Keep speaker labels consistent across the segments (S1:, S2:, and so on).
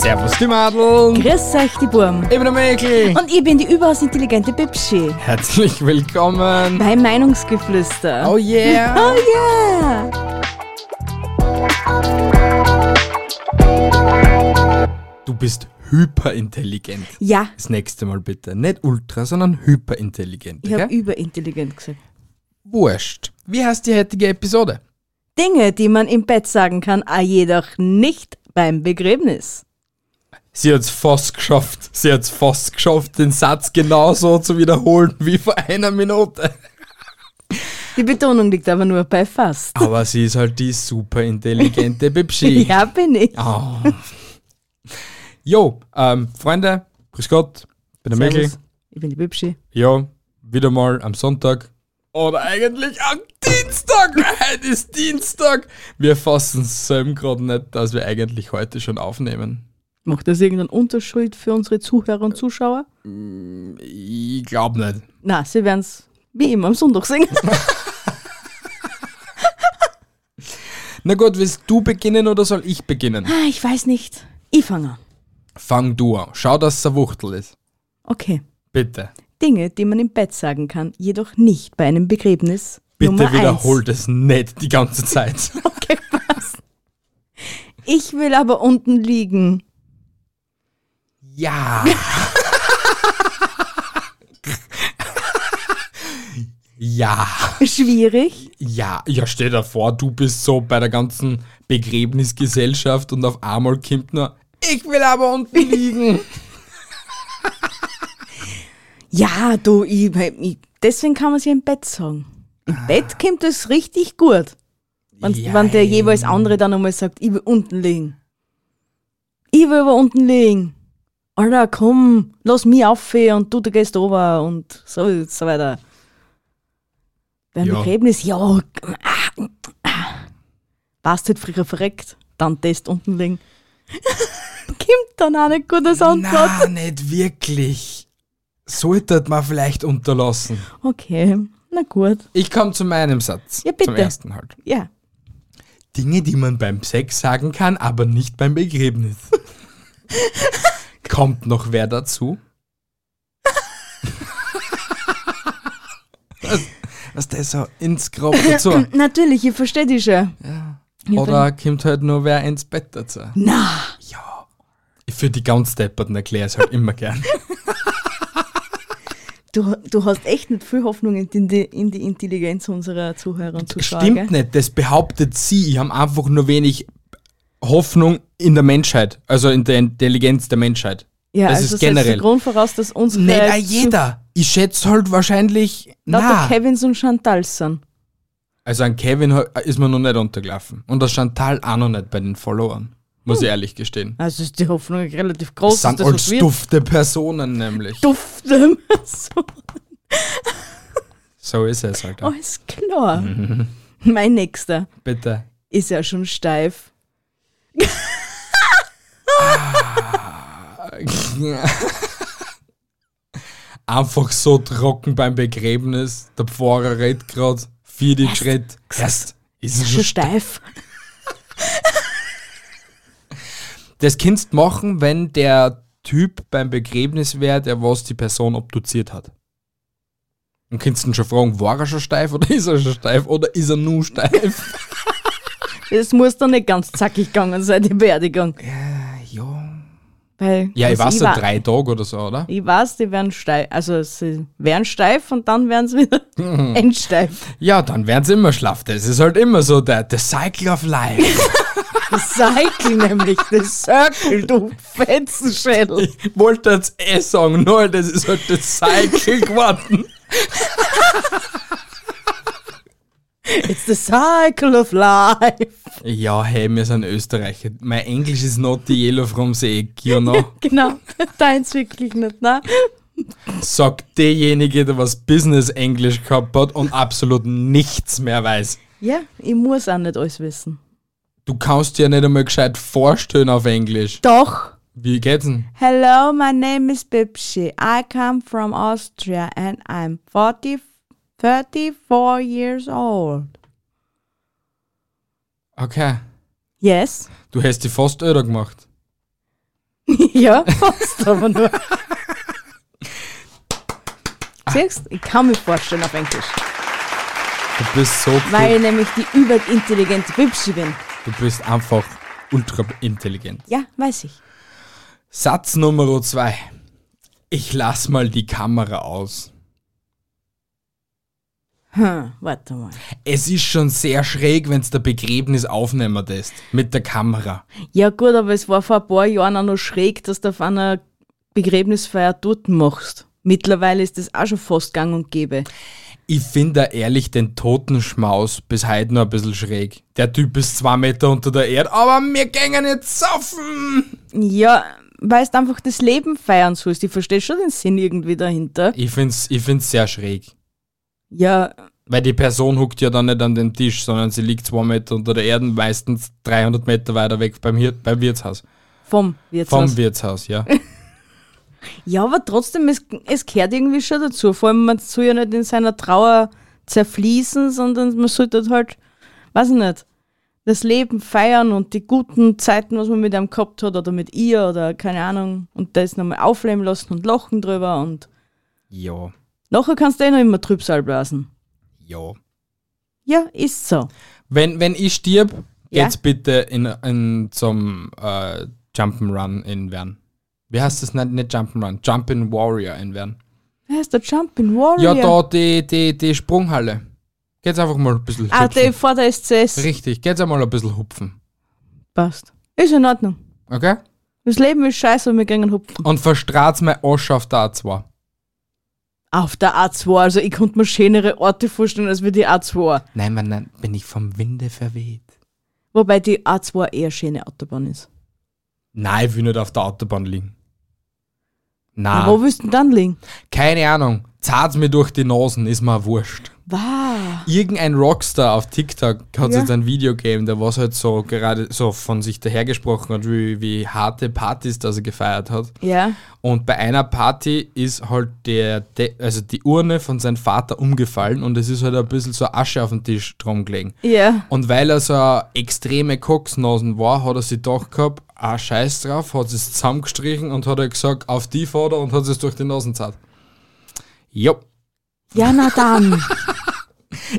S1: Servus die Madeln.
S2: Grüß euch, die Burm.
S1: Ich bin der Mäkel.
S2: Und ich bin die überaus intelligente Bibschi.
S1: Herzlich willkommen.
S2: Bei Meinungsgeflüster.
S1: Oh yeah.
S2: Oh yeah!
S1: Du bist hyperintelligent.
S2: Ja,
S1: Das nächste Mal bitte. Nicht ultra, sondern hyperintelligent.
S2: ich habe
S1: Okay?
S2: überintelligent gesagt.
S1: Wurscht. Wie heißt die heutige Episode?
S2: Dinge, die man im Bett sagen kann, ah jedoch nicht beim Begräbnis.
S1: Sie hat's fast geschafft. Sie hat's fast geschafft, den Satz genauso zu wiederholen wie vor einer Minute.
S2: Die Betonung liegt aber nur bei fast.
S1: Aber sie ist halt die superintelligente Bibschi.
S2: Ja, bin ich.
S1: Oh. Jo, ähm, Freunde, grüß Gott, ich bin der Mäkel.
S2: Servus. Ich bin die Bibschi.
S1: Ja, wieder mal am Sonntag. Oder eigentlich am Dienstag. Heute ist Dienstag. Wir fassen es selben gerade nicht, dass wir eigentlich heute schon aufnehmen.
S2: Macht das irgendeinen Unterschied für unsere Zuhörer und Zuschauer?
S1: Ich glaube nicht.
S2: Na, sie werden es wie immer am Sonntag singen.
S1: Na gut, willst du beginnen oder soll ich beginnen?
S2: ah, ich weiß nicht. Ich fange an.
S1: Fang du an. Schau, dass es eine Wuchtel ist.
S2: Okay.
S1: Bitte.
S2: Dinge, die man im Bett sagen kann, jedoch nicht bei einem Begräbnis.
S1: Bitte
S2: Nummer
S1: wiederhol das nicht die ganze Zeit.
S2: Eins. Okay, passt. Ich will aber unten liegen.
S1: Ja. ja.
S2: Schwierig.
S1: Ja, ja, stell dir vor, du bist so bei der ganzen Begräbnisgesellschaft und auf einmal kommt nur, ich will aber unten liegen.
S2: Ja, du, ich, ich, deswegen kann man es ja im Bett sagen. Im
S1: Ah.
S2: Bett kommt es richtig gut. Wenn, wenn der
S1: Jein.
S2: jeweils andere dann einmal sagt, ich will unten liegen. Ich will aber unten liegen. Alter, komm, lass mich auf und du, du gehst runter und so, so weiter. Beim
S1: Ja.
S2: Begräbnis, ja, ah, ah. warst halt früher verreckt, dann test unten liegen. Kommt dann auch nicht gut als Antwort.
S1: Na, nicht wirklich. Sollte man vielleicht unterlassen.
S2: Okay, na gut.
S1: Ich komme zu meinem Satz.
S2: Ja, bitte.
S1: Zum ersten halt.
S2: Ja,
S1: Dinge, die man beim Sex sagen kann, aber nicht beim Begräbnis. Kommt noch wer dazu? was, was der so ins Grab dazu?
S2: natürlich, ich verstehe dich schon. Ja,
S1: Oder kommt halt nur wer ins Bett dazu?
S2: Na,
S1: Ja. Für die ganz Depperten erkläre ich es halt immer gern.
S2: du, du hast echt nicht viel Hoffnung in die, in die Intelligenz unserer Zuhörer und Zuschauer.
S1: Stimmt
S2: gell?
S1: nicht, das behauptet sie. Ich habe einfach nur wenig Hoffnung in der Menschheit, also in der Intelligenz der Menschheit.
S2: Ja,
S1: das
S2: also
S1: ist
S2: setzt
S1: generell.
S2: den Grund voraus, dass unsere
S1: Nicht auch jeder. Ich schätze halt wahrscheinlich,
S2: Lauter
S1: na.
S2: Kevins und Chantals sind.
S1: Also an Kevin ha- ist mir noch nicht untergelaufen. Und an Chantal auch noch nicht bei den Followern. Muss ich ehrlich gestehen.
S2: Also ist die Hoffnung relativ
S1: Das
S2: groß.
S1: sind
S2: dass
S1: all
S2: das was wird.
S1: stufte Personen nämlich.
S2: Duft. ähm, so,
S1: So ist es halt. auch.
S2: alles klar.
S1: Mhm.
S2: Mein nächster
S1: Bitte.
S2: ist ja schon steif.
S1: einfach so trocken beim Begräbnis. Der Pfarrer redet gerade, vier den Schritt. Erst ist es
S2: Schon
S1: schon sta-
S2: steif.
S1: Das kannst du machen, wenn der Typ beim Begräbnis wäre, der was die Person obduziert hat. Und kannst du ihn schon fragen, war er schon steif oder ist er schon steif oder ist er nur steif?
S2: Es muss doch nicht ganz zackig gegangen sein, die Beerdigung.
S1: ja,
S2: Weil,
S1: ja ich weiß
S2: also war-
S1: ja, drei Tage oder so, oder?
S2: Ich weiß, die werden steif. Also sie werden steif und dann werden sie wieder endsteif.
S1: Ja, dann werden sie immer schlaff. Das ist halt immer so der the Cycle of Life.
S2: Das Cycle nämlich, das Circle, du Fetzenschädel.
S1: ich wollte jetzt eh sagen, nein, das ist halt the Cycle geworden.
S2: It's the cycle of life.
S1: Ja, hey, wir sind Österreicher. Mein Englisch ist not the yellow from the egg, you know?
S2: Genau, deins wirklich nicht, ne?
S1: Sagt derjenige, der was Business-Englisch gehabt hat und absolut nichts mehr weiß.
S2: Ja, ich muss auch nicht alles wissen.
S1: Du kannst dir ja nicht einmal gescheit vorstellen auf Englisch.
S2: Doch.
S1: Wie geht's denn?
S2: Hello, my name is Bipschi. I come from Austria and I'm 40, 34 years old.
S1: Okay.
S2: Yes.
S1: Du hast die fast öder gemacht.
S2: ja, fast aber nur. Siehst ich kann mich vorstellen auf Englisch,
S1: Du bist so
S2: weil
S1: cool.
S2: ich nämlich die überintelligente Bipschi bin.
S1: Du bist einfach ultra intelligent.
S2: Ja, weiß ich.
S1: Satz Nummer zwei. Ich lass mal die Kamera aus.
S2: Hm, warte mal.
S1: Es ist schon sehr schräg, wenn's der Begräbnis aufnehmen lässt. Mit der Kamera.
S2: Ja gut, aber es war vor ein paar Jahren auch noch schräg, dass du auf einer Begräbnisfeier Torten machst. Mittlerweile ist das auch schon fast gang und gäbe.
S1: Ich finde ehrlich den Totenschmaus bis heute noch ein bisschen schräg. Der Typ ist zwei Meter unter der Erde, aber wir gängen jetzt saufen.
S2: Ja, weil du einfach das Leben feiern sollst. Ich verstehe schon den Sinn irgendwie dahinter.
S1: Ich find's, ich find's sehr schräg.
S2: Ja,
S1: Weil die Person huckt ja dann nicht an den Tisch, sondern sie liegt zwei Meter unter der Erde, meistens 300 Meter weiter weg beim, Hir beim Wirtshaus.
S2: vom Wirtshaus.
S1: Vom Wirtshaus, ja.
S2: ja, aber trotzdem, es, es gehört irgendwie schon dazu. Vor allem, man soll ja nicht in seiner Trauer zerfließen, sondern man sollte halt, weiß ich nicht, das Leben feiern und die guten Zeiten, was man mit einem gehabt hat oder mit ihr oder keine Ahnung und das nochmal aufleben lassen und lachen drüber und
S1: ja,
S2: nachher kannst du eh noch immer Trübsal blasen.
S1: ja.
S2: Ja, ist so.
S1: Wenn, wenn ich stirb,
S2: Ja.
S1: geht's bitte in, in zum äh, Jump'n'Run in Wern. Wie heißt das? Nein, nicht Jump'n'Run, Jump'n'Warrior in Wern.
S2: Wer ist der Jumping Warrior?
S1: Ja, da die, die, die Sprunghalle. Geht's einfach mal ein bisschen
S2: Ah,
S1: hüpfen.
S2: der vor der SCS.
S1: Richtig, geht's einmal ein bisschen hupfen.
S2: Passt. Ist in Ordnung.
S1: Okay?
S2: Das Leben ist scheiße, aber wir gehen hupfen.
S1: Und verstraht's mein Arsch auf der A2.
S2: Auf der A2, also ich konnte mir schönere Orte vorstellen als wie die A2.
S1: Nein, Mann, dann bin ich vom Winde verweht.
S2: Wobei die A2 eher schöne Autobahn ist.
S1: Nein, ich will nicht auf der Autobahn liegen.
S2: Ah.
S1: Na,
S2: Wo willst du denn dann liegen?
S1: keine Ahnung. Zahlt's mir durch die Nasen, ist mir wurscht.
S2: Wow.
S1: Irgendein Rockstar auf TikTok hat
S2: Ja.
S1: jetzt ein Video gegeben, der was halt so gerade so von sich dahergesprochen hat, wie, wie harte Partys, dass er gefeiert hat.
S2: Ja.
S1: Und bei einer Party ist halt der, De also die Urne von seinem Vater umgefallen und es ist halt ein bisschen so Asche auf den Tisch drum gelegen.
S2: Ja.
S1: Und weil er so eine extreme Koksnasen war, hat er sich gedacht gehabt, ah scheiß drauf, hat es zusammengestrichen und hat er gesagt, auf die Vater und hat es durch die Nasen gezahlt. Jo.
S2: Ja, na dann.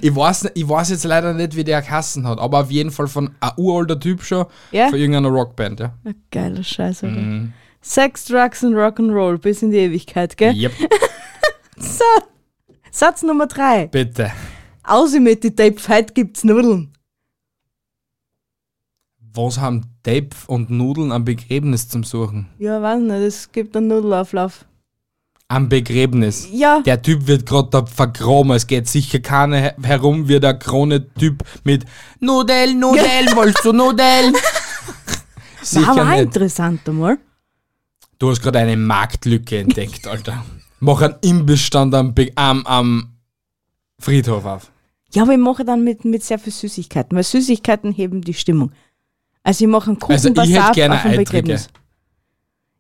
S1: Ich weiß, nicht- ich weiß jetzt leider nicht, wie der Kassen hat, aber auf jeden Fall von ein uralter Typ schon,
S2: Ja.
S1: von irgendeiner Rockband, ja.
S2: Na, Geile Scheiße. Alter. Sex, Drugs und Rock'n'Roll bis in die Ewigkeit, gell?
S1: Yep.
S2: So. Satz Nummer 3.
S1: Bitte.
S2: Außer mit die Tape Fight gibt's Nudeln.
S1: Was haben Tape und Nudeln am Begräbnis zum Suchen?
S2: Ja, weiß nicht, es gibt einen Nudelauflauf.
S1: Am Begräbnis.
S2: Ja.
S1: Der Typ wird gerade da vergraben. Es geht sicher keiner her- herum wie der krone Typ mit Nudeln, Nudeln, wolltest du Nudeln?
S2: War aber halt.
S1: sicher
S2: auch
S1: nicht.
S2: interessant einmal.
S1: Du hast gerade eine Marktlücke entdeckt, Alter. Mach einen Imbissstand am, Be- am, am Friedhof auf.
S2: Ja, aber ich mache dann mit, mit sehr viel Süßigkeiten, weil Süßigkeiten heben die Stimmung. Also ich mache einen
S1: Also ich
S2: Kuchenbasar
S1: hätte gerne
S2: auf dem
S1: Eitrige.
S2: Begräbnis.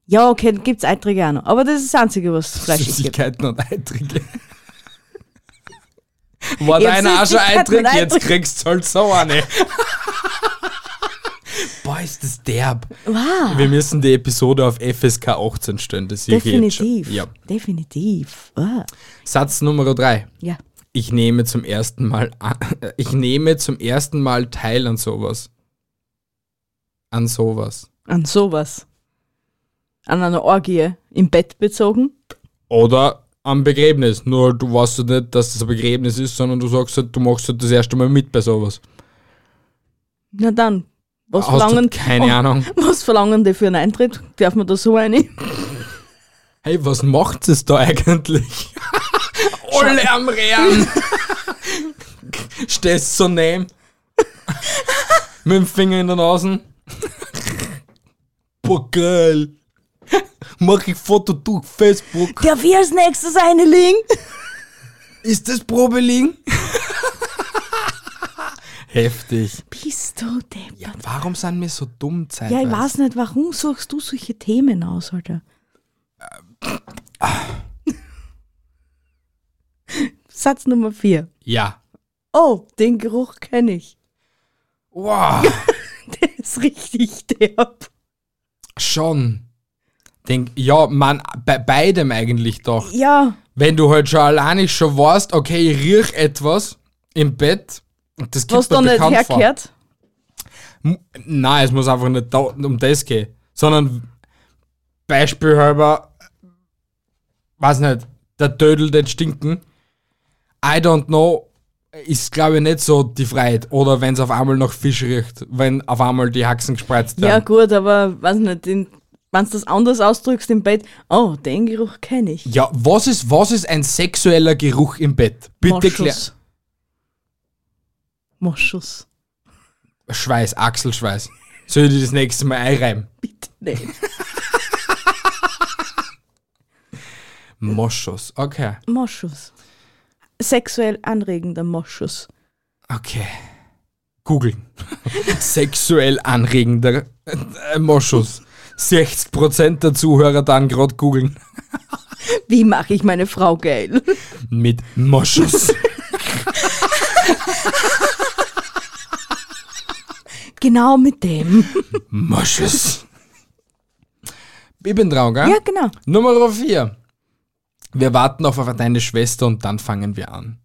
S2: Ja, okay, dann gibt's Eiträge auch noch. Aber das ist das Einzige, was es fleischig gibt.
S1: Süßigkeiten und Eitrige. War
S2: Ich
S1: da
S2: hab
S1: einer auch schon
S2: Süßigkeiten
S1: Eitrige?
S2: und
S1: Jetzt
S2: Eitrige.
S1: kriegst du halt so eine. Boah, ist das derb.
S2: Wow,
S1: Wir müssen die Episode auf FSK 18 stellen. Das sehe ich jetzt schon.
S2: definitiv.
S1: Ja.
S2: Definitiv. Wow.
S1: Satz Nummer 3.
S2: Ja.
S1: Ich nehme zum ersten Mal an, ich nehme zum ersten Mal teil an sowas. An sowas.
S2: An sowas. An einer Orgie im Bett bezogen.
S1: Oder am Begräbnis. Nur du weißt halt nicht, dass das ein Begräbnis ist, sondern du sagst halt, du machst halt das erste Mal mit bei sowas.
S2: Na dann, was
S1: Hast du
S2: verlangen
S1: keine
S2: oh,
S1: Ahnung.
S2: Was verlangen die für einen Eintritt? Darf man da so eine?
S1: Hey, was macht es da eigentlich? Alle am Rehren. Stehst so neben. Mit dem Finger in der Nase. Boah, geil. Mach ich Foto durch Facebook.
S2: Der wir als nächstes eine Link.
S1: Ist das Probeling? Heftig.
S2: Bist du deppert.
S1: Ja, warum sind wir so dumm
S2: Ja,
S1: zeitweise?
S2: ich weiß nicht, warum suchst du solche Themen aus, Alter? Satz Nummer 4.
S1: Ja.
S2: Oh, den Geruch kenne ich.
S1: Wow.
S2: Der ist richtig derb.
S1: Schon. Denk, ja, man, bei beidem eigentlich doch.
S2: Ja,
S1: Wenn du halt schon alleine schon warst, okay, ich riech etwas im Bett, und das gibt
S2: was da nicht herkehrt.
S1: M- Nein, es muss einfach nicht da, um das gehen. Sondern beispielhalber, weiß nicht, der Dödel, den Stinken, I don't know, ist glaube ich nicht so die Freiheit. Oder wenn es auf einmal nach Fisch riecht, wenn auf einmal die Haxen gespreizt
S2: Ja,
S1: werden.
S2: gut, aber weiß nicht, den, wenn du das anders ausdrückst im Bett, oh, den Geruch kenne ich.
S1: Ja, was ist, was ist ein sexueller Geruch im Bett? Bitte klär.
S2: Moschus. Moschus.
S1: Schweiß, Achselschweiß. Soll ich dir das nächste Mal einreiben?
S2: Bitte nicht.
S1: Moschus, okay.
S2: Moschus. Sexuell anregender Moschus.
S1: Okay. Googeln. Sexuell anregender äh, Moschus. 60% der Zuhörer dann gerade googeln.
S2: Wie mache ich meine Frau geil?
S1: Mit Moschus.
S2: Genau mit dem.
S1: Moschus. Ich bin dran, gell?
S2: Ja, genau.
S1: Nummer 4. Wir warten auf deine Schwester und dann fangen wir an.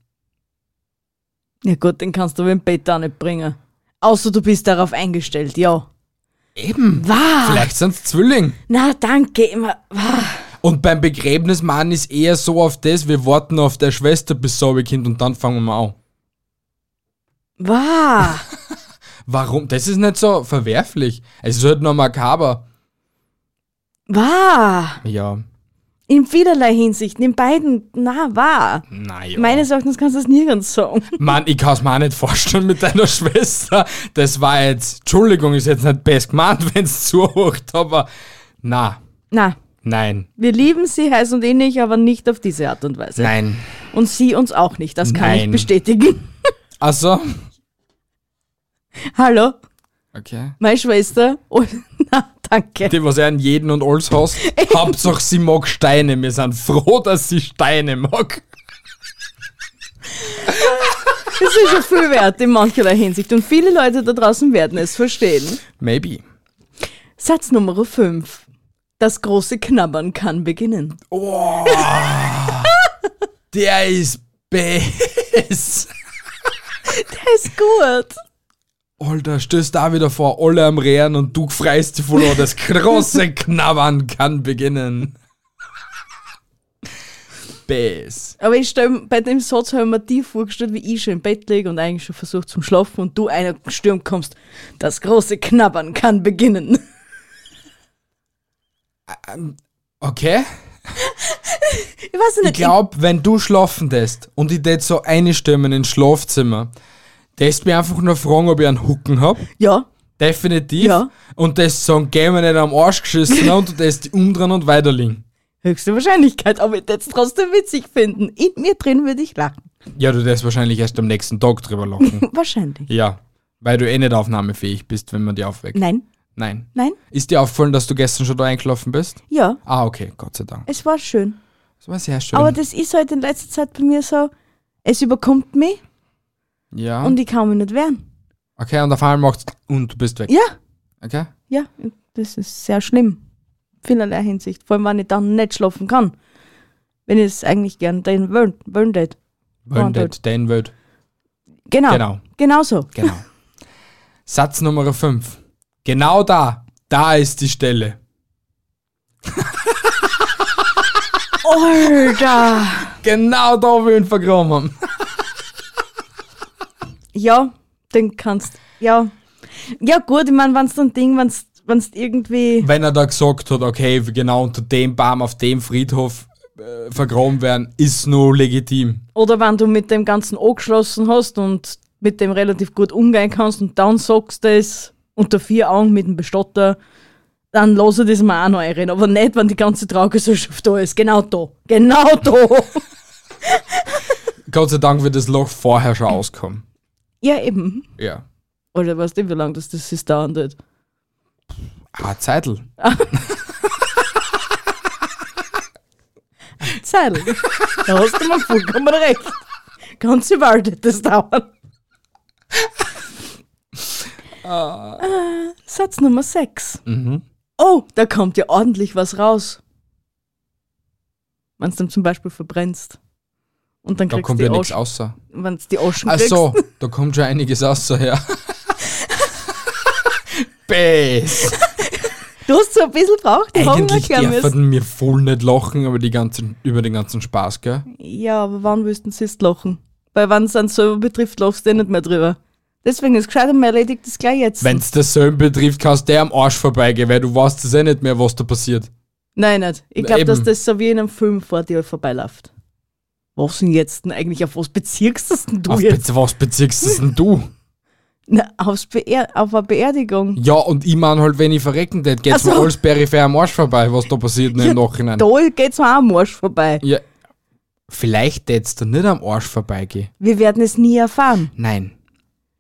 S2: Ja gut, den kannst du aber im Bett auch nicht bringen. Außer du bist darauf eingestellt, ja.
S1: Eben.
S2: Wow.
S1: Vielleicht sind's Zwilling.
S2: Na, danke. Immer. Wow.
S1: Und beim Begräbnismann ist eher so auf das, wir warten auf der Schwester bis Sorge Kind und dann fangen wir an.
S2: Wow.
S1: Warum? Das ist nicht so verwerflich. Es ist halt nur makaber.
S2: Wow.
S1: Ja,
S2: In vielerlei Hinsicht, in beiden, na, wahr.
S1: naja.
S2: Meines Erachtens kannst du das nirgends sagen.
S1: Mann, ich kann es mir auch nicht vorstellen mit deiner Schwester. Das war jetzt, Entschuldigung, ist jetzt nicht best gemeint, wenn es zu hoch aber na,
S2: Na,
S1: nein,
S2: wir lieben sie heiß und ähnlich, aber nicht auf diese Art und Weise.
S1: nein.
S2: Und sie uns auch nicht, das kann ich
S1: Nein.
S2: bestätigen.
S1: Also,
S2: Hallo,
S1: okay.
S2: meine Schwester. Oh, na, danke.
S1: Die, was er an jeden und alles hast, Hauptsache sie mag Steine. Wir sind froh, dass sie Steine mag.
S2: Das ist schon viel wert in mancherlei Hinsicht und viele Leute da draußen werden es verstehen.
S1: Maybe.
S2: Satz Nummer 5. Das große Knabbern kann beginnen.
S1: Oh, der ist best.
S2: Der ist gut.
S1: Alter, stößt da wieder vor, alle am Rehren und du freist die voll an. Das große Knabbern kann beginnen. Bess.
S2: Aber ich stelle bei dem Satz habe ich mir die vorgestellt, wie ich schon im Bett liege und eigentlich schon versucht zum Schlafen und du einer Sturm kommst. Das große Knabbern kann beginnen.
S1: Okay?
S2: Ich weiß
S1: Ich
S2: nicht.
S1: glaub, wenn du schlafen lässt und ich tät so einstürmen ins Schlafzimmer, tätst mir einfach nur fragen, ob ich einen Hucken hab.
S2: ja,
S1: Definitiv.
S2: Ja.
S1: Und das sagen, geh mir nicht am Arsch geschissen und du tätst umdrehen und weiterliegen.
S2: höchste Wahrscheinlichkeit, aber ich würde es trotzdem witzig finden. In mir drin würde ich lachen.
S1: Ja, du tätst wahrscheinlich erst am nächsten Tag drüber lachen.
S2: Wahrscheinlich.
S1: ja. Weil du eh nicht aufnahmefähig bist, wenn man dich aufweckt.
S2: Nein,
S1: Nein.
S2: nein,
S1: Ist dir aufgefallen, dass du gestern schon da eingelaufen bist?
S2: ja,
S1: Ah, okay, Gott sei Dank.
S2: es war schön.
S1: Das war sehr schön.
S2: Aber das ist halt in letzter Zeit bei mir so, es überkommt mich
S1: ja.
S2: und ich kann mich nicht wehren.
S1: okay, und auf einmal macht's und du bist weg.
S2: Ja,
S1: Okay?
S2: ja, das ist sehr schlimm. Vielerlei Hinsicht. Vor allem, wenn ich dann nicht schlafen kann. Wenn ich es eigentlich gern den wollen, wollen tät.
S1: Welt,
S2: dort.
S1: dein Welt.
S2: Genau.
S1: Genau.
S2: Genau so.
S1: Genau. Satz Nummer 5. Genau da. Da ist die Stelle.
S2: Alter!
S1: Genau da, wo wir ihn vergraben haben.
S2: ja, den kannst. Ja. Ja, gut, ich meine, wenn es dann Ding, wenn es irgendwie.
S1: Wenn er da gesagt hat, okay, genau unter dem Baum auf dem Friedhof äh, vergraben werden, ist nur legitim.
S2: Oder wenn du mit dem Ganzen angeschlossen hast und mit dem relativ gut umgehen kannst und dann sagst du es unter vier Augen mit dem Bestatter, dann lass ich das mal auch noch einreden. Aber nicht, wenn die ganze Traugesellschaft da ist. Genau da. Genau da.
S1: Gott sei Dank wird das Loch vorher schon auskommen.
S2: ja, eben.
S1: Ja.
S2: Oder weißt du, wie lange das, das ist dauern wird?
S1: Ah, Zeitl.
S2: Zeil. Da hast du mal vollkommen recht. Ganze Welt wird das dauern. Äh, Satz Nummer 6.
S1: Mhm.
S2: Oh, da kommt ja ordentlich was raus. Wenn du dann zum Beispiel verbrennst. Und dann
S1: Da
S2: kriegst du
S1: kommt
S2: die
S1: ja nichts
S2: Oschen,
S1: außer.
S2: wenn du die Oschen
S1: Ach
S2: kriegst.
S1: so, da kommt schon einiges außer, ja. Bess.
S2: Du hast so ein bisschen braucht, die haben wir
S1: Eigentlich
S2: erklären müssen.
S1: dürfen wir voll nicht lachen über, die ganzen, über den ganzen Spaß, gell?
S2: Ja, aber wann willst du es lachen? Weil wenn es dann selber betrifft, lachst du eh nicht mehr drüber. Deswegen ist es gescheit und man erledigt das gleich jetzt.
S1: Wenn es derselben betrifft, kannst du der am Arsch vorbeigehen, weil du weißt es eh nicht mehr, was da passiert.
S2: Nein, nicht. Ich glaube,
S1: Eben.
S2: dass das so wie in einem Film vor dir vorbeiläuft. Was denn jetzt denn eigentlich? Auf was beziehst du denn du
S1: Auf
S2: jetzt?
S1: Be was beziehst es denn du?
S2: Na, aufs Beer auf eine Beerdigung.
S1: Ja, und ich meine halt, wenn ich verrecken tät, geht's
S2: Ach so.
S1: mir alles peripher am Arsch vorbei, was da passiert ja, im Nachhinein.
S2: Da geht's mir auch am Arsch vorbei.
S1: Ja. Vielleicht tät's da nicht am Arsch vorbeigehen.
S2: Wir werden es nie erfahren.
S1: Nein.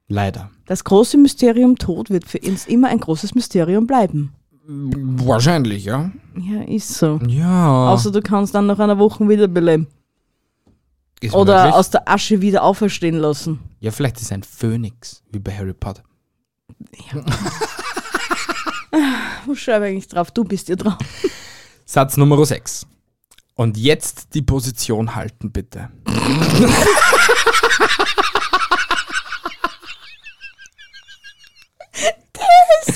S1: Leider.
S2: Das große Mysterium Tod wird für uns immer ein großes Mysterium bleiben.
S1: Wahrscheinlich, ja.
S2: Ja, ist so.
S1: Ja.
S2: Außer du kannst dann nach einer Woche wiederbeleben.
S1: Ist
S2: Oder
S1: möglich.
S2: aus der Asche wieder auferstehen lassen.
S1: ja, vielleicht ist ein Phönix, wie bei Harry Potter.
S2: Wo schreibe ich eigentlich drauf? Du bist ja drauf.
S1: Satz Nummer 6. Und jetzt die Position halten, bitte.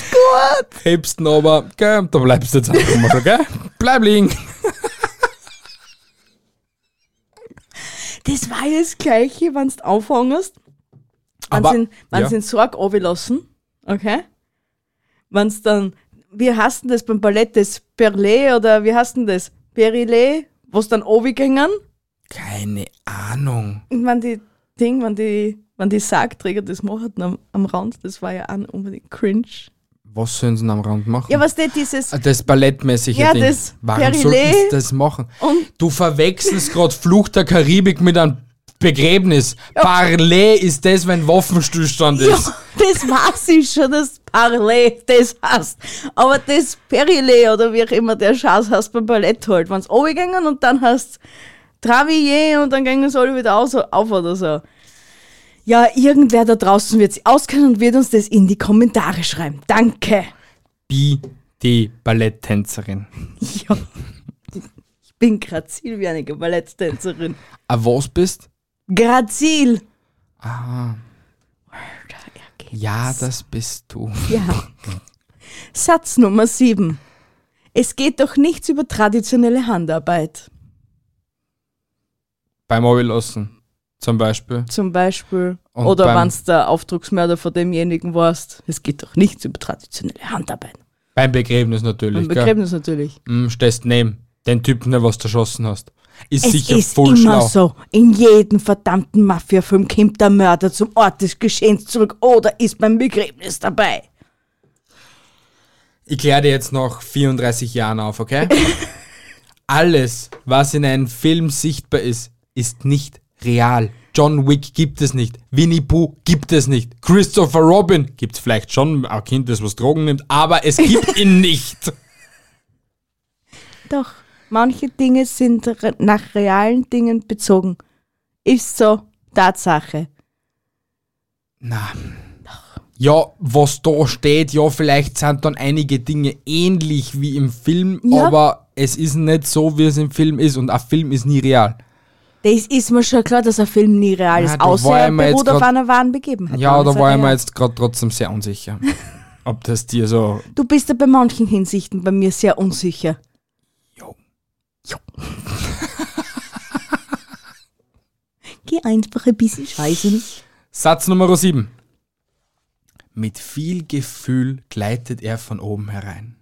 S2: Gut.
S1: Hebst ihn aber, gell, da bleibst du jetzt einfach mal, gell? Bleib liegen.
S2: Das war ja das Gleiche, wenn du aufhängst. Wenn
S1: Aber-
S2: sie in- wenn
S1: ja.
S2: sie in Sorg runterlassen, okay? Wenn es dann, wie heißt denn das beim Ballett, das Perlé oder wie heißt denn das? Perilé, was dann runtergängen?
S1: Keine Ahnung.
S2: Und wenn die Ding, wenn die, wenn die Sargträger das machen am, am Rand, das war ja auch nicht unbedingt cringe.
S1: Was sollen sie denn am Rand machen? Ah,
S2: Ja, was denn dieses,
S1: Das ballettmäßige
S2: Ja,
S1: Ding.
S2: das
S1: Warum
S2: Perilé.
S1: sollten sie das machen?
S2: Und-
S1: du verwechselst gerade Fluch der Karibik mit einem Begräbnis. Parley ist das, wenn Waffenstillstand
S2: ja,
S1: ist.
S2: das weiß ich schon, das Parlé, das heißt. Aber das Perilé oder wie auch immer der Schatz heißt beim Ballett halt, wenn es runtergängen und dann heißt Travier und dann gingen sie alle wieder aus, auf oder so. Ja, irgendwer da draußen wird sich auskennen und wird uns das in die Kommentare schreiben. Danke.
S1: Bi, die Balletttänzerin.
S2: Ja. Ich bin grazil wie eine Balletttänzerin.
S1: A Äh, was bist?
S2: Grazil.
S1: Ah, ja, das bist du.
S2: Ja. Satz Nummer 7. Es geht doch nichts über traditionelle Handarbeit.
S1: Beim Ablassen zum Beispiel.
S2: Zum Beispiel.
S1: Und
S2: Oder
S1: beim-
S2: wenn du der Auftragsmörder von demjenigen warst. Es geht doch nichts über traditionelle Handarbeit.
S1: Beim Begräbnis natürlich.
S2: Im Begräbnis natürlich.
S1: Gell? Hm, stehst neben den Typen, der was erschossen hast. Ist
S2: Es
S1: sicher
S2: ist
S1: voll
S2: immer
S1: schlau.
S2: so. In jedem verdammten Mafia-Film kommt der Mörder zum Ort des Geschehens zurück oder ist beim Begräbnis dabei.
S1: Ich kläre dir jetzt nach 34 Jahren auf, okay? Alles, was in einem Film sichtbar ist, ist nicht real. John Wick gibt es nicht. Winnie Pooh gibt es nicht. Christopher Robin gibt es vielleicht schon, ein Kind, das was Drogen nimmt, aber es gibt ihn nicht.
S2: Doch, manche Dinge sind re- nach realen Dingen bezogen. Ist so, Tatsache.
S1: Na. Ja, was da steht, ja, vielleicht sind dann einige Dinge ähnlich wie im Film,
S2: Ja.
S1: aber es ist nicht so, wie es im Film ist und ein Film ist nie real.
S2: Das ist mir schon klar, dass ein Film nie real
S1: Ja,
S2: ist,
S1: da
S2: außer
S1: war ich
S2: er
S1: mir jetzt
S2: beruht auf
S1: grad-
S2: einer wahren Begebenheit.
S1: Ja,
S2: Dann
S1: da
S2: ist er
S1: war ich mir
S2: real.
S1: jetzt gerade trotzdem sehr unsicher, ob das dir so.
S2: Du bist ja bei manchen Hinsichten bei mir sehr unsicher.
S1: Jo.
S2: Jo. Geh einfach ein bisschen scheißen.
S1: Satz Nummer 7. Mit viel Gefühl gleitet er von oben herein.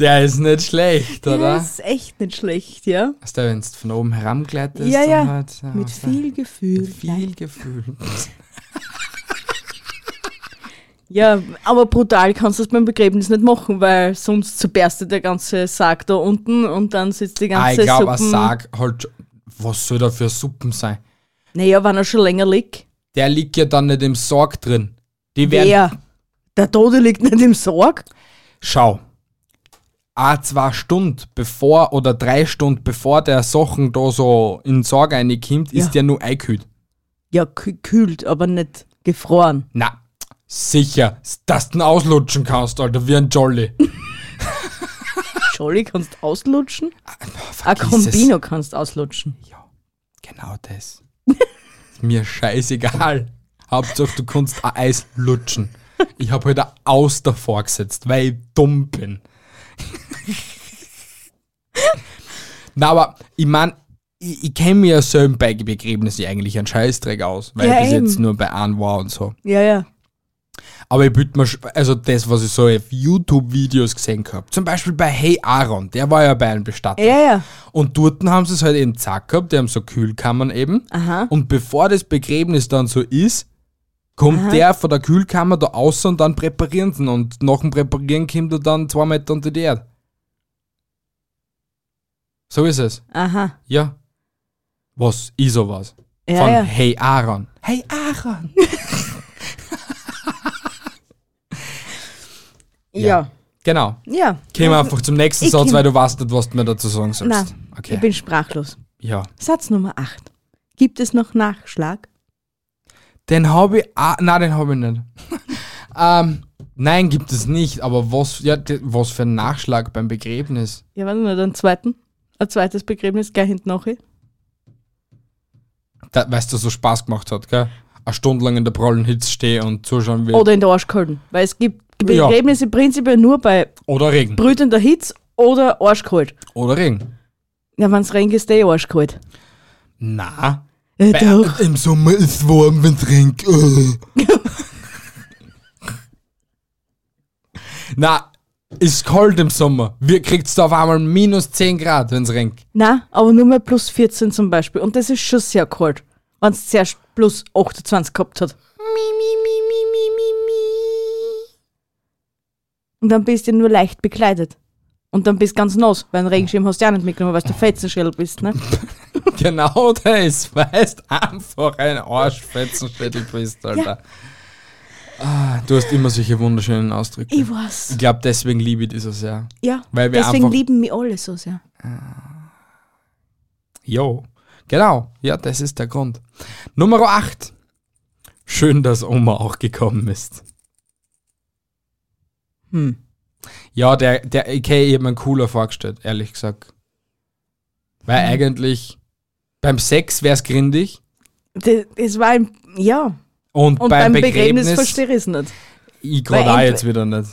S1: Der ist nicht schlecht, oder?
S2: Das ist echt nicht schlecht, ja?
S1: Hast du, wenn du von oben herumgleitest?
S2: Ja,
S1: dann
S2: ja.
S1: Halt,
S2: Mit
S1: was
S2: viel
S1: da-
S2: Gefühl.
S1: viel Gefühl.
S2: Ja, aber brutal kannst du es beim Begräbnis nicht machen, weil sonst zerberstet der ganze Sarg da unten und dann sitzt die
S1: Ah,
S2: ganze
S1: ich glaube, ein
S2: Suppen.
S1: Sarg halt, schon- was soll da für Suppen sein?
S2: Naja, wenn er schon länger liegt.
S1: Der liegt ja dann nicht im Sarg drin. Die werden.
S2: Wer? Der Tode liegt nicht im Sarg.
S1: Schau. A zwei Stunden bevor oder drei Stunden bevor der Sachen da so in den Sarg reinkommt,
S2: Ja.
S1: ist der nur eingekühlt.
S2: Ja, kü- kühlt, aber nicht gefroren.
S1: Na, sicher, dass du ihn auslutschen kannst, Alter, wie ein Jolly.
S2: Jolly kannst auslutschen.
S1: Ah, Vergiss
S2: Ein
S1: es.
S2: Combino kannst auslutschen.
S1: Genau das. Ist mir scheißegal. Hauptsache, du kannst ein Eis lutschen. Ich habe heute halt eine Auster vorgesetzt, weil ich dumm bin. Na, aber ich mein, ich, ich kenne mir ja selber bei Begräbnissen eigentlich einen Scheißdreck aus, weil
S2: Ja,
S1: ich bis
S2: eben.
S1: jetzt nur bei einem war und so.
S2: Ja, ja.
S1: Aber ich bitte mir, sch- also das, was ich so auf YouTube-Videos gesehen habe, zum Beispiel bei Hey Aaron, der war ja bei einem Bestatter.
S2: Ja, ja.
S1: Und dort haben sie es halt eben zack gehabt, die haben so Kühlkammern eben.
S2: Aha.
S1: Und bevor das Begräbnis dann so ist, kommt der von der Kühlkammer da raus und dann präparieren sie ihn. Und nach dem Präparieren kommt er dann zwei Meter unter die Erde. So ist es.
S2: Aha.
S1: Ja. Was ist sowas?
S2: Ja,
S1: Von
S2: ja.
S1: Hey Aaron. Hey Aaron!
S2: Ja.
S1: Genau.
S2: Ja.
S1: Gehen wir einfach zum nächsten
S2: Ich
S1: Satz,
S2: kenn-
S1: weil du weißt nicht, was du mir dazu sagen sollst.
S2: Nein, ich
S1: Okay.
S2: bin sprachlos.
S1: Ja.
S2: Satz Nummer 8. Gibt es noch Nachschlag?
S1: Den habe ich. Ah, nein, den habe ich nicht. ähm, nein, gibt es nicht. Aber was, ja, d- was für ein Nachschlag beim Begräbnis?
S2: Ja, warte mal, dann zweiten. Ein zweites Begräbnis gleich hinten noch.
S1: Da, weißt du, so Spaß gemacht hat, gell? Eine Stunde lang in der prallen Hitze stehen und zuschauen wird. Oder,
S2: Oder in der Arschkolden. Weil es gibt
S1: Ja.
S2: Begräbnisse prinzipiell nur bei
S1: Regen.
S2: brütender Hitze oder Arschkalt.
S1: Oder Regen.
S2: Ja, wenn's regnet, ist eh Arschkalt.
S1: Na.
S2: Äh,
S1: Bei-
S2: doch.
S1: Im Sommer ist es warm, wenn es regnet. Äh. na, ist kalt im Sommer. Wir kriegt's da auf einmal minus 10 Grad, wenn es regnet.
S2: Nein, aber nur mal plus 14 zum Beispiel. Und das ist schon sehr kalt, wenn's zuerst plus 28 gehabt hat. Und dann bist du nur leicht bekleidet. Und dann bist du ganz nass, weil einen Regenschirm hast du ja nicht mitgenommen, weil du Fetzenschädel bist, ne?
S1: Genau das, weißt einfach ein Arschfetzenschädel bist, Alter. Ah, du hast immer solche wunderschönen Ausdrücke.
S2: Ich
S1: Ich,
S2: weiß.
S1: glaube, deswegen liebe ich das so sehr.
S2: Ja,
S1: Weil wir
S2: deswegen
S1: einfach-
S2: lieben mich alle so sehr.
S1: Jo. Genau, ja, das ist der Grund. Nummer 8. Schön, dass Oma auch gekommen ist.
S2: Hm.
S1: Ja, der, der okay, ich hab mir einen cooler vorgestellt, ehrlich gesagt. Weil eigentlich beim Sex wär's grindig
S2: Das, das war ein. Ja.
S1: und,
S2: Und
S1: beim,
S2: beim,
S1: Begräbnis,
S2: Begräbnis verstehe ich es nicht.
S1: ich gerade
S2: Weil
S1: auch
S2: entwe-
S1: jetzt wieder nicht.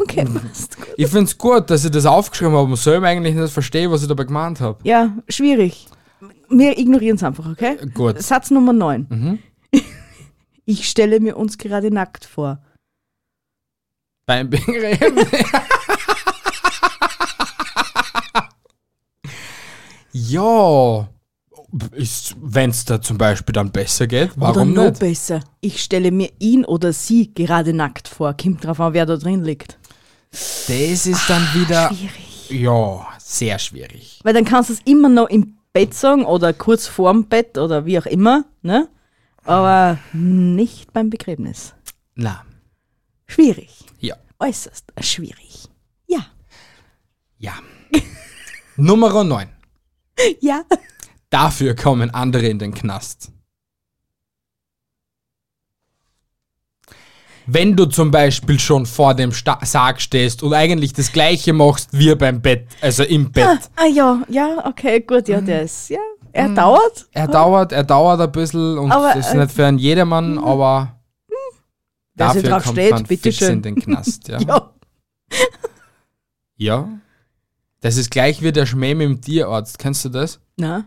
S2: Okay,
S1: Mhm.
S2: passt. gut.
S1: Ich find's gut, dass ich das aufgeschrieben habe und selber eigentlich nicht verstehe, was ich dabei gemeint habe.
S2: Ja, schwierig. Wir ignorieren es einfach, okay?
S1: Äh, Gut.
S2: Satz Nummer 9.
S1: Mhm.
S2: Ich stelle mir uns gerade nackt vor.
S1: Beim Begräbnis. ja. Ist, wenn's da zum Beispiel dann besser geht, warum
S2: oder noch
S1: nicht?
S2: besser. Ich stelle mir ihn oder sie gerade nackt vor. Kommt drauf an, wer da drin liegt.
S1: Das ist dann wieder.
S2: Schwierig.
S1: Ja, sehr schwierig.
S2: Weil dann kannst du es immer noch im Bett sagen oder kurz vorm Bett oder wie auch immer, ne? Aber nicht beim Begräbnis.
S1: Na,
S2: Schwierig.
S1: ja.
S2: Äußerst schwierig. Ja.
S1: Ja. Nummer 9.
S2: Ja.
S1: Dafür kommen andere in den Knast. Wenn du zum Beispiel schon vor dem Sta Sarg stehst und eigentlich das gleiche machst wie beim Bett, also im Bett. Mhm.
S2: Ah ja, ja, okay, gut, ja, der ist, ja. Er dauert.
S1: Er dauert, er dauert ein bisschen und
S2: Aber,
S1: das ist
S2: äh,
S1: nicht für einen jedermann, aber
S2: Wer sich
S1: dafür
S2: drauf
S1: kommt
S2: steht,
S1: man
S2: bitte
S1: fix
S2: schön.
S1: in den Knast. Ja. ja.
S2: Ja.
S1: Das ist gleich wie der Schmäh mit dem Tierarzt. Kennst du das?
S2: Na?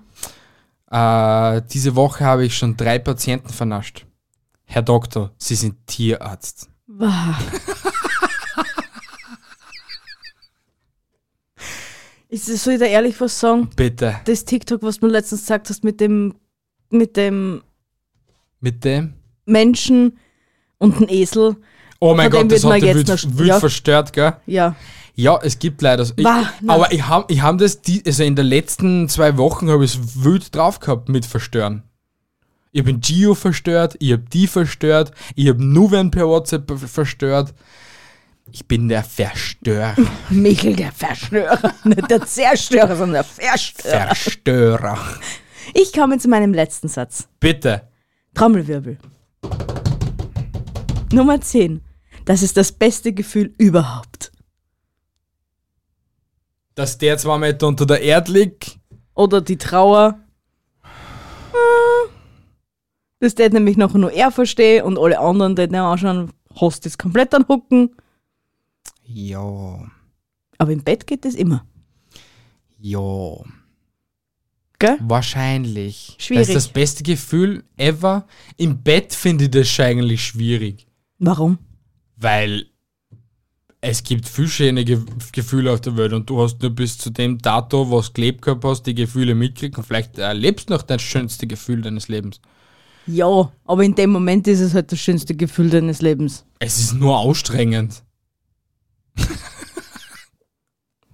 S1: Äh, diese Woche habe ich schon drei Patienten vernascht. Herr Doktor, Sie sind Tierarzt.
S2: Wah. Ist das, soll ich da ehrlich was sagen?
S1: Bitte.
S2: Das TikTok, was du mir letztens gesagt hast, mit dem, mit dem
S1: Mit dem?
S2: Menschen und dem Esel.
S1: Oh mein
S2: Von dem
S1: Gott, das
S2: wird man
S1: hat dich
S2: jetzt
S1: wild,
S2: noch-
S1: wild
S2: ja.
S1: verstört, gell?
S2: Ja.
S1: Ja, es gibt leider so. Ich,
S2: Wah, nein.
S1: aber ich habe ich hab das, die, also in den letzten zwei Wochen habe ich es wild drauf gehabt mit Verstören. Ich bin Gio verstört, ich habe die verstört, ich habe Nuven per WhatsApp ver- verstört. Ich bin der Verstörer.
S2: Michel, der Verstörer. Nicht der Zerstörer, sondern der Verstörer.
S1: Verstörer.
S2: Ich komme zu meinem letzten Satz.
S1: Bitte.
S2: Trommelwirbel. Nummer 10. Das ist das beste Gefühl überhaupt.
S1: Dass der zwei Meter unter der Erde liegt.
S2: Oder die Trauer. Ah, Das tät nämlich noch nur er verstehen und alle anderen tät nicht anschauen, hast das komplett anhucken.
S1: Ja,
S2: Aber im Bett geht das immer.
S1: ja.
S2: Gell?
S1: Wahrscheinlich.
S2: Schwierig.
S1: Das ist das beste Gefühl ever. Im Bett finde ich das schon eigentlich schwierig.
S2: Warum?
S1: weil es gibt viel schöne Ge Gefühle auf der Welt und du hast nur bis zu dem Dato, was gelebt gehabt hast, die Gefühle mitgekriegt und vielleicht erlebst noch das schönste Gefühl deines Lebens.
S2: Ja, aber in dem Moment ist es halt das schönste Gefühl deines Lebens.
S1: Es ist nur anstrengend.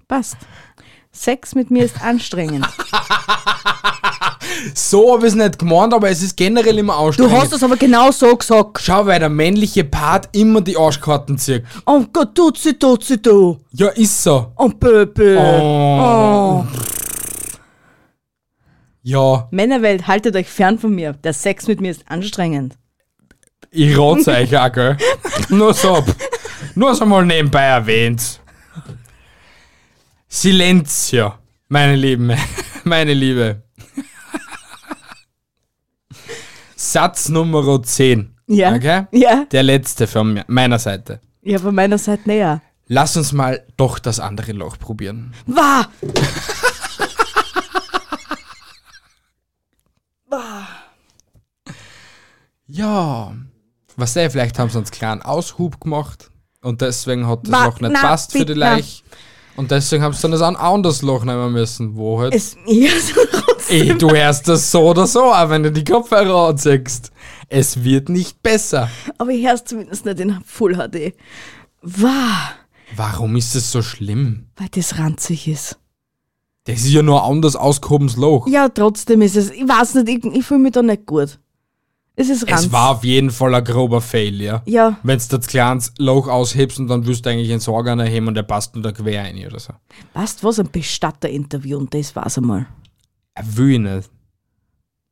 S2: Passt. Sex mit mir ist anstrengend.
S1: So habe ich es nicht gemeint, aber es ist generell immer
S2: Du
S1: anstrengend.
S2: hast es aber genau so gesagt.
S1: Schau, weil der männliche Part immer die Arschkarten zieht.
S2: Oh Gott, tutsi, tutsi, du.
S1: Ja, ist so.
S2: Oh, Pöpel.
S1: Oh.
S2: Oh.
S1: Ja,
S2: Männerwelt, haltet euch fern von mir. Der Sex mit mir ist anstrengend.
S1: ich rate euch auch, gell? Nur so. Nur so mal nebenbei erwähnt. Silenzio, meine Lieben, meine Liebe. Satz Nummer 10.
S2: Ja.
S1: Okay?
S2: Ja.
S1: Der letzte von mir, meiner Seite.
S2: Ja, von meiner Seite näher.
S1: Lass uns mal doch das andere Loch probieren.
S2: Wah!
S1: Ja. Was sei, vielleicht haben sie uns einen kleinen Aushub gemacht und deswegen hat das
S2: Ma-
S1: Loch nicht
S2: na,
S1: passt für die
S2: bitte, na.
S1: Leich. Und deswegen haben sie dann das ein anderes Loch nehmen müssen, wo halt.
S2: Es, ja, so
S1: Ey, du hörst das so oder so, auch wenn du die Kopfhörer anziehst. Es wird nicht besser.
S2: aber ich hör's zumindest nicht in Full HD. Wah!
S1: Warum ist es so schlimm?
S2: Weil das ranzig ist.
S1: Das ist ja nur ein anders ausgehobenes Loch.
S2: Ja, trotzdem ist es. Ich weiß nicht, ich, ich fühle mich da nicht gut. Es ist ranzig.
S1: Es war auf jeden Fall ein grober Failure.
S2: Ja,
S1: Wenn du das kleine Loch aushebst und dann wirst du eigentlich einen Sorger anheben und der passt nur da quer rein oder so.
S2: weißt was? Ein Bestatter-Interview und das war's einmal.
S1: Ich will nicht.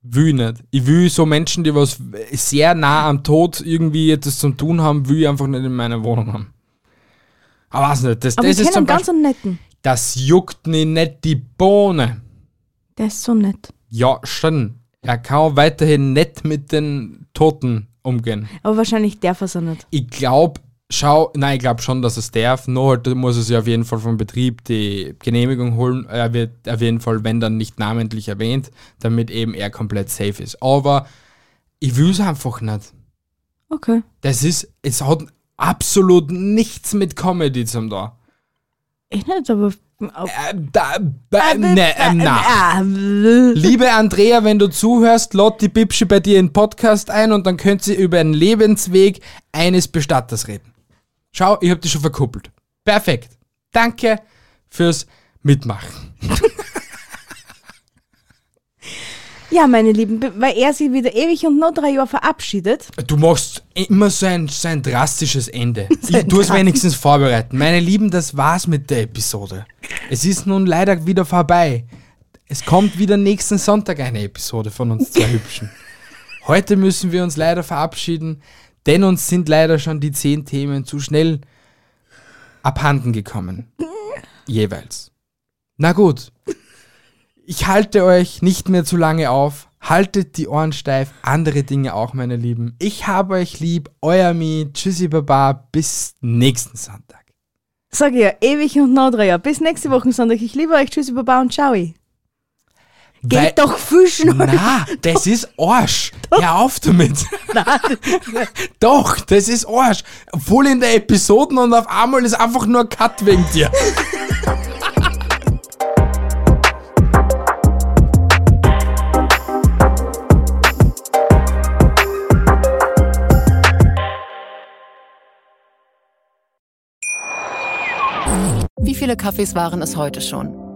S1: Will ich nicht. Ich will so Menschen, die was sehr nah am Tod irgendwie etwas zum tun haben, will ich einfach nicht in meiner Wohnung haben. Aber weiß nicht, das,
S2: Aber
S1: das
S2: ich
S1: ist
S2: kenne
S1: zum
S2: einen ganz
S1: Beispiel,
S2: einen netten.
S1: das juckt mir nicht die Bohne.
S2: Der ist so nett.
S1: Ja, schon. Er kann weiterhin nett mit den Toten umgehen.
S2: Aber wahrscheinlich darf er's auch nicht.
S1: Ich glaube, schau, nein, ich glaube schon, dass es darf. Nur halt muss es ja auf jeden Fall vom Betrieb die Genehmigung holen. Er wird auf jeden Fall, wenn dann nicht namentlich erwähnt, damit eben er komplett safe ist. Aber ich will es einfach nicht.
S2: Okay.
S1: Das ist, es hat absolut nichts mit Comedy zum da.
S2: Ich nicht, aber. aber
S1: Äh, da, äh, ne, äh, na.
S2: na.
S1: Liebe Andrea, wenn du zuhörst, lad die Bibsche bei dir in den Podcast ein und dann könnt sie über den Lebensweg eines Bestatters reden. Schau, ich hab dich schon verkuppelt. Perfekt. Danke fürs Mitmachen.
S2: Ja, meine Lieben, be- weil er sich wieder ewig und noch drei Jahre verabschiedet.
S1: Du machst immer so ein, so ein drastisches Ende. Ich tue es wenigstens vorbereiten. Meine Lieben, das war's mit der Episode. Es ist nun leider wieder vorbei. Es kommt wieder nächsten Sonntag eine Episode von uns zwei Hübschen. Heute müssen wir uns leider verabschieden, denn uns sind leider schon die zehn Themen zu schnell abhanden gekommen. Jeweils. Na gut. Ich halte euch nicht mehr zu lange auf. Haltet die Ohren steif. Andere Dinge auch, meine Lieben. Ich habe euch lieb. Euer Mi. Tschüssi, Baba. Bis nächsten Sonntag.
S2: Sag ich ja, ewig und noch drei Jahre. Bis nächste Woche Sonntag. Ich liebe euch. Tschüssi, Baba und Ciao. Geht
S1: Weil-
S2: doch viel schneller.
S1: Na, das ist Arsch. Hör auf damit. Doch, das ist Arsch. Voll in der Episoden und auf einmal ist einfach nur ein Cut wegen dir.
S3: Wie viele Kaffees waren es heute schon?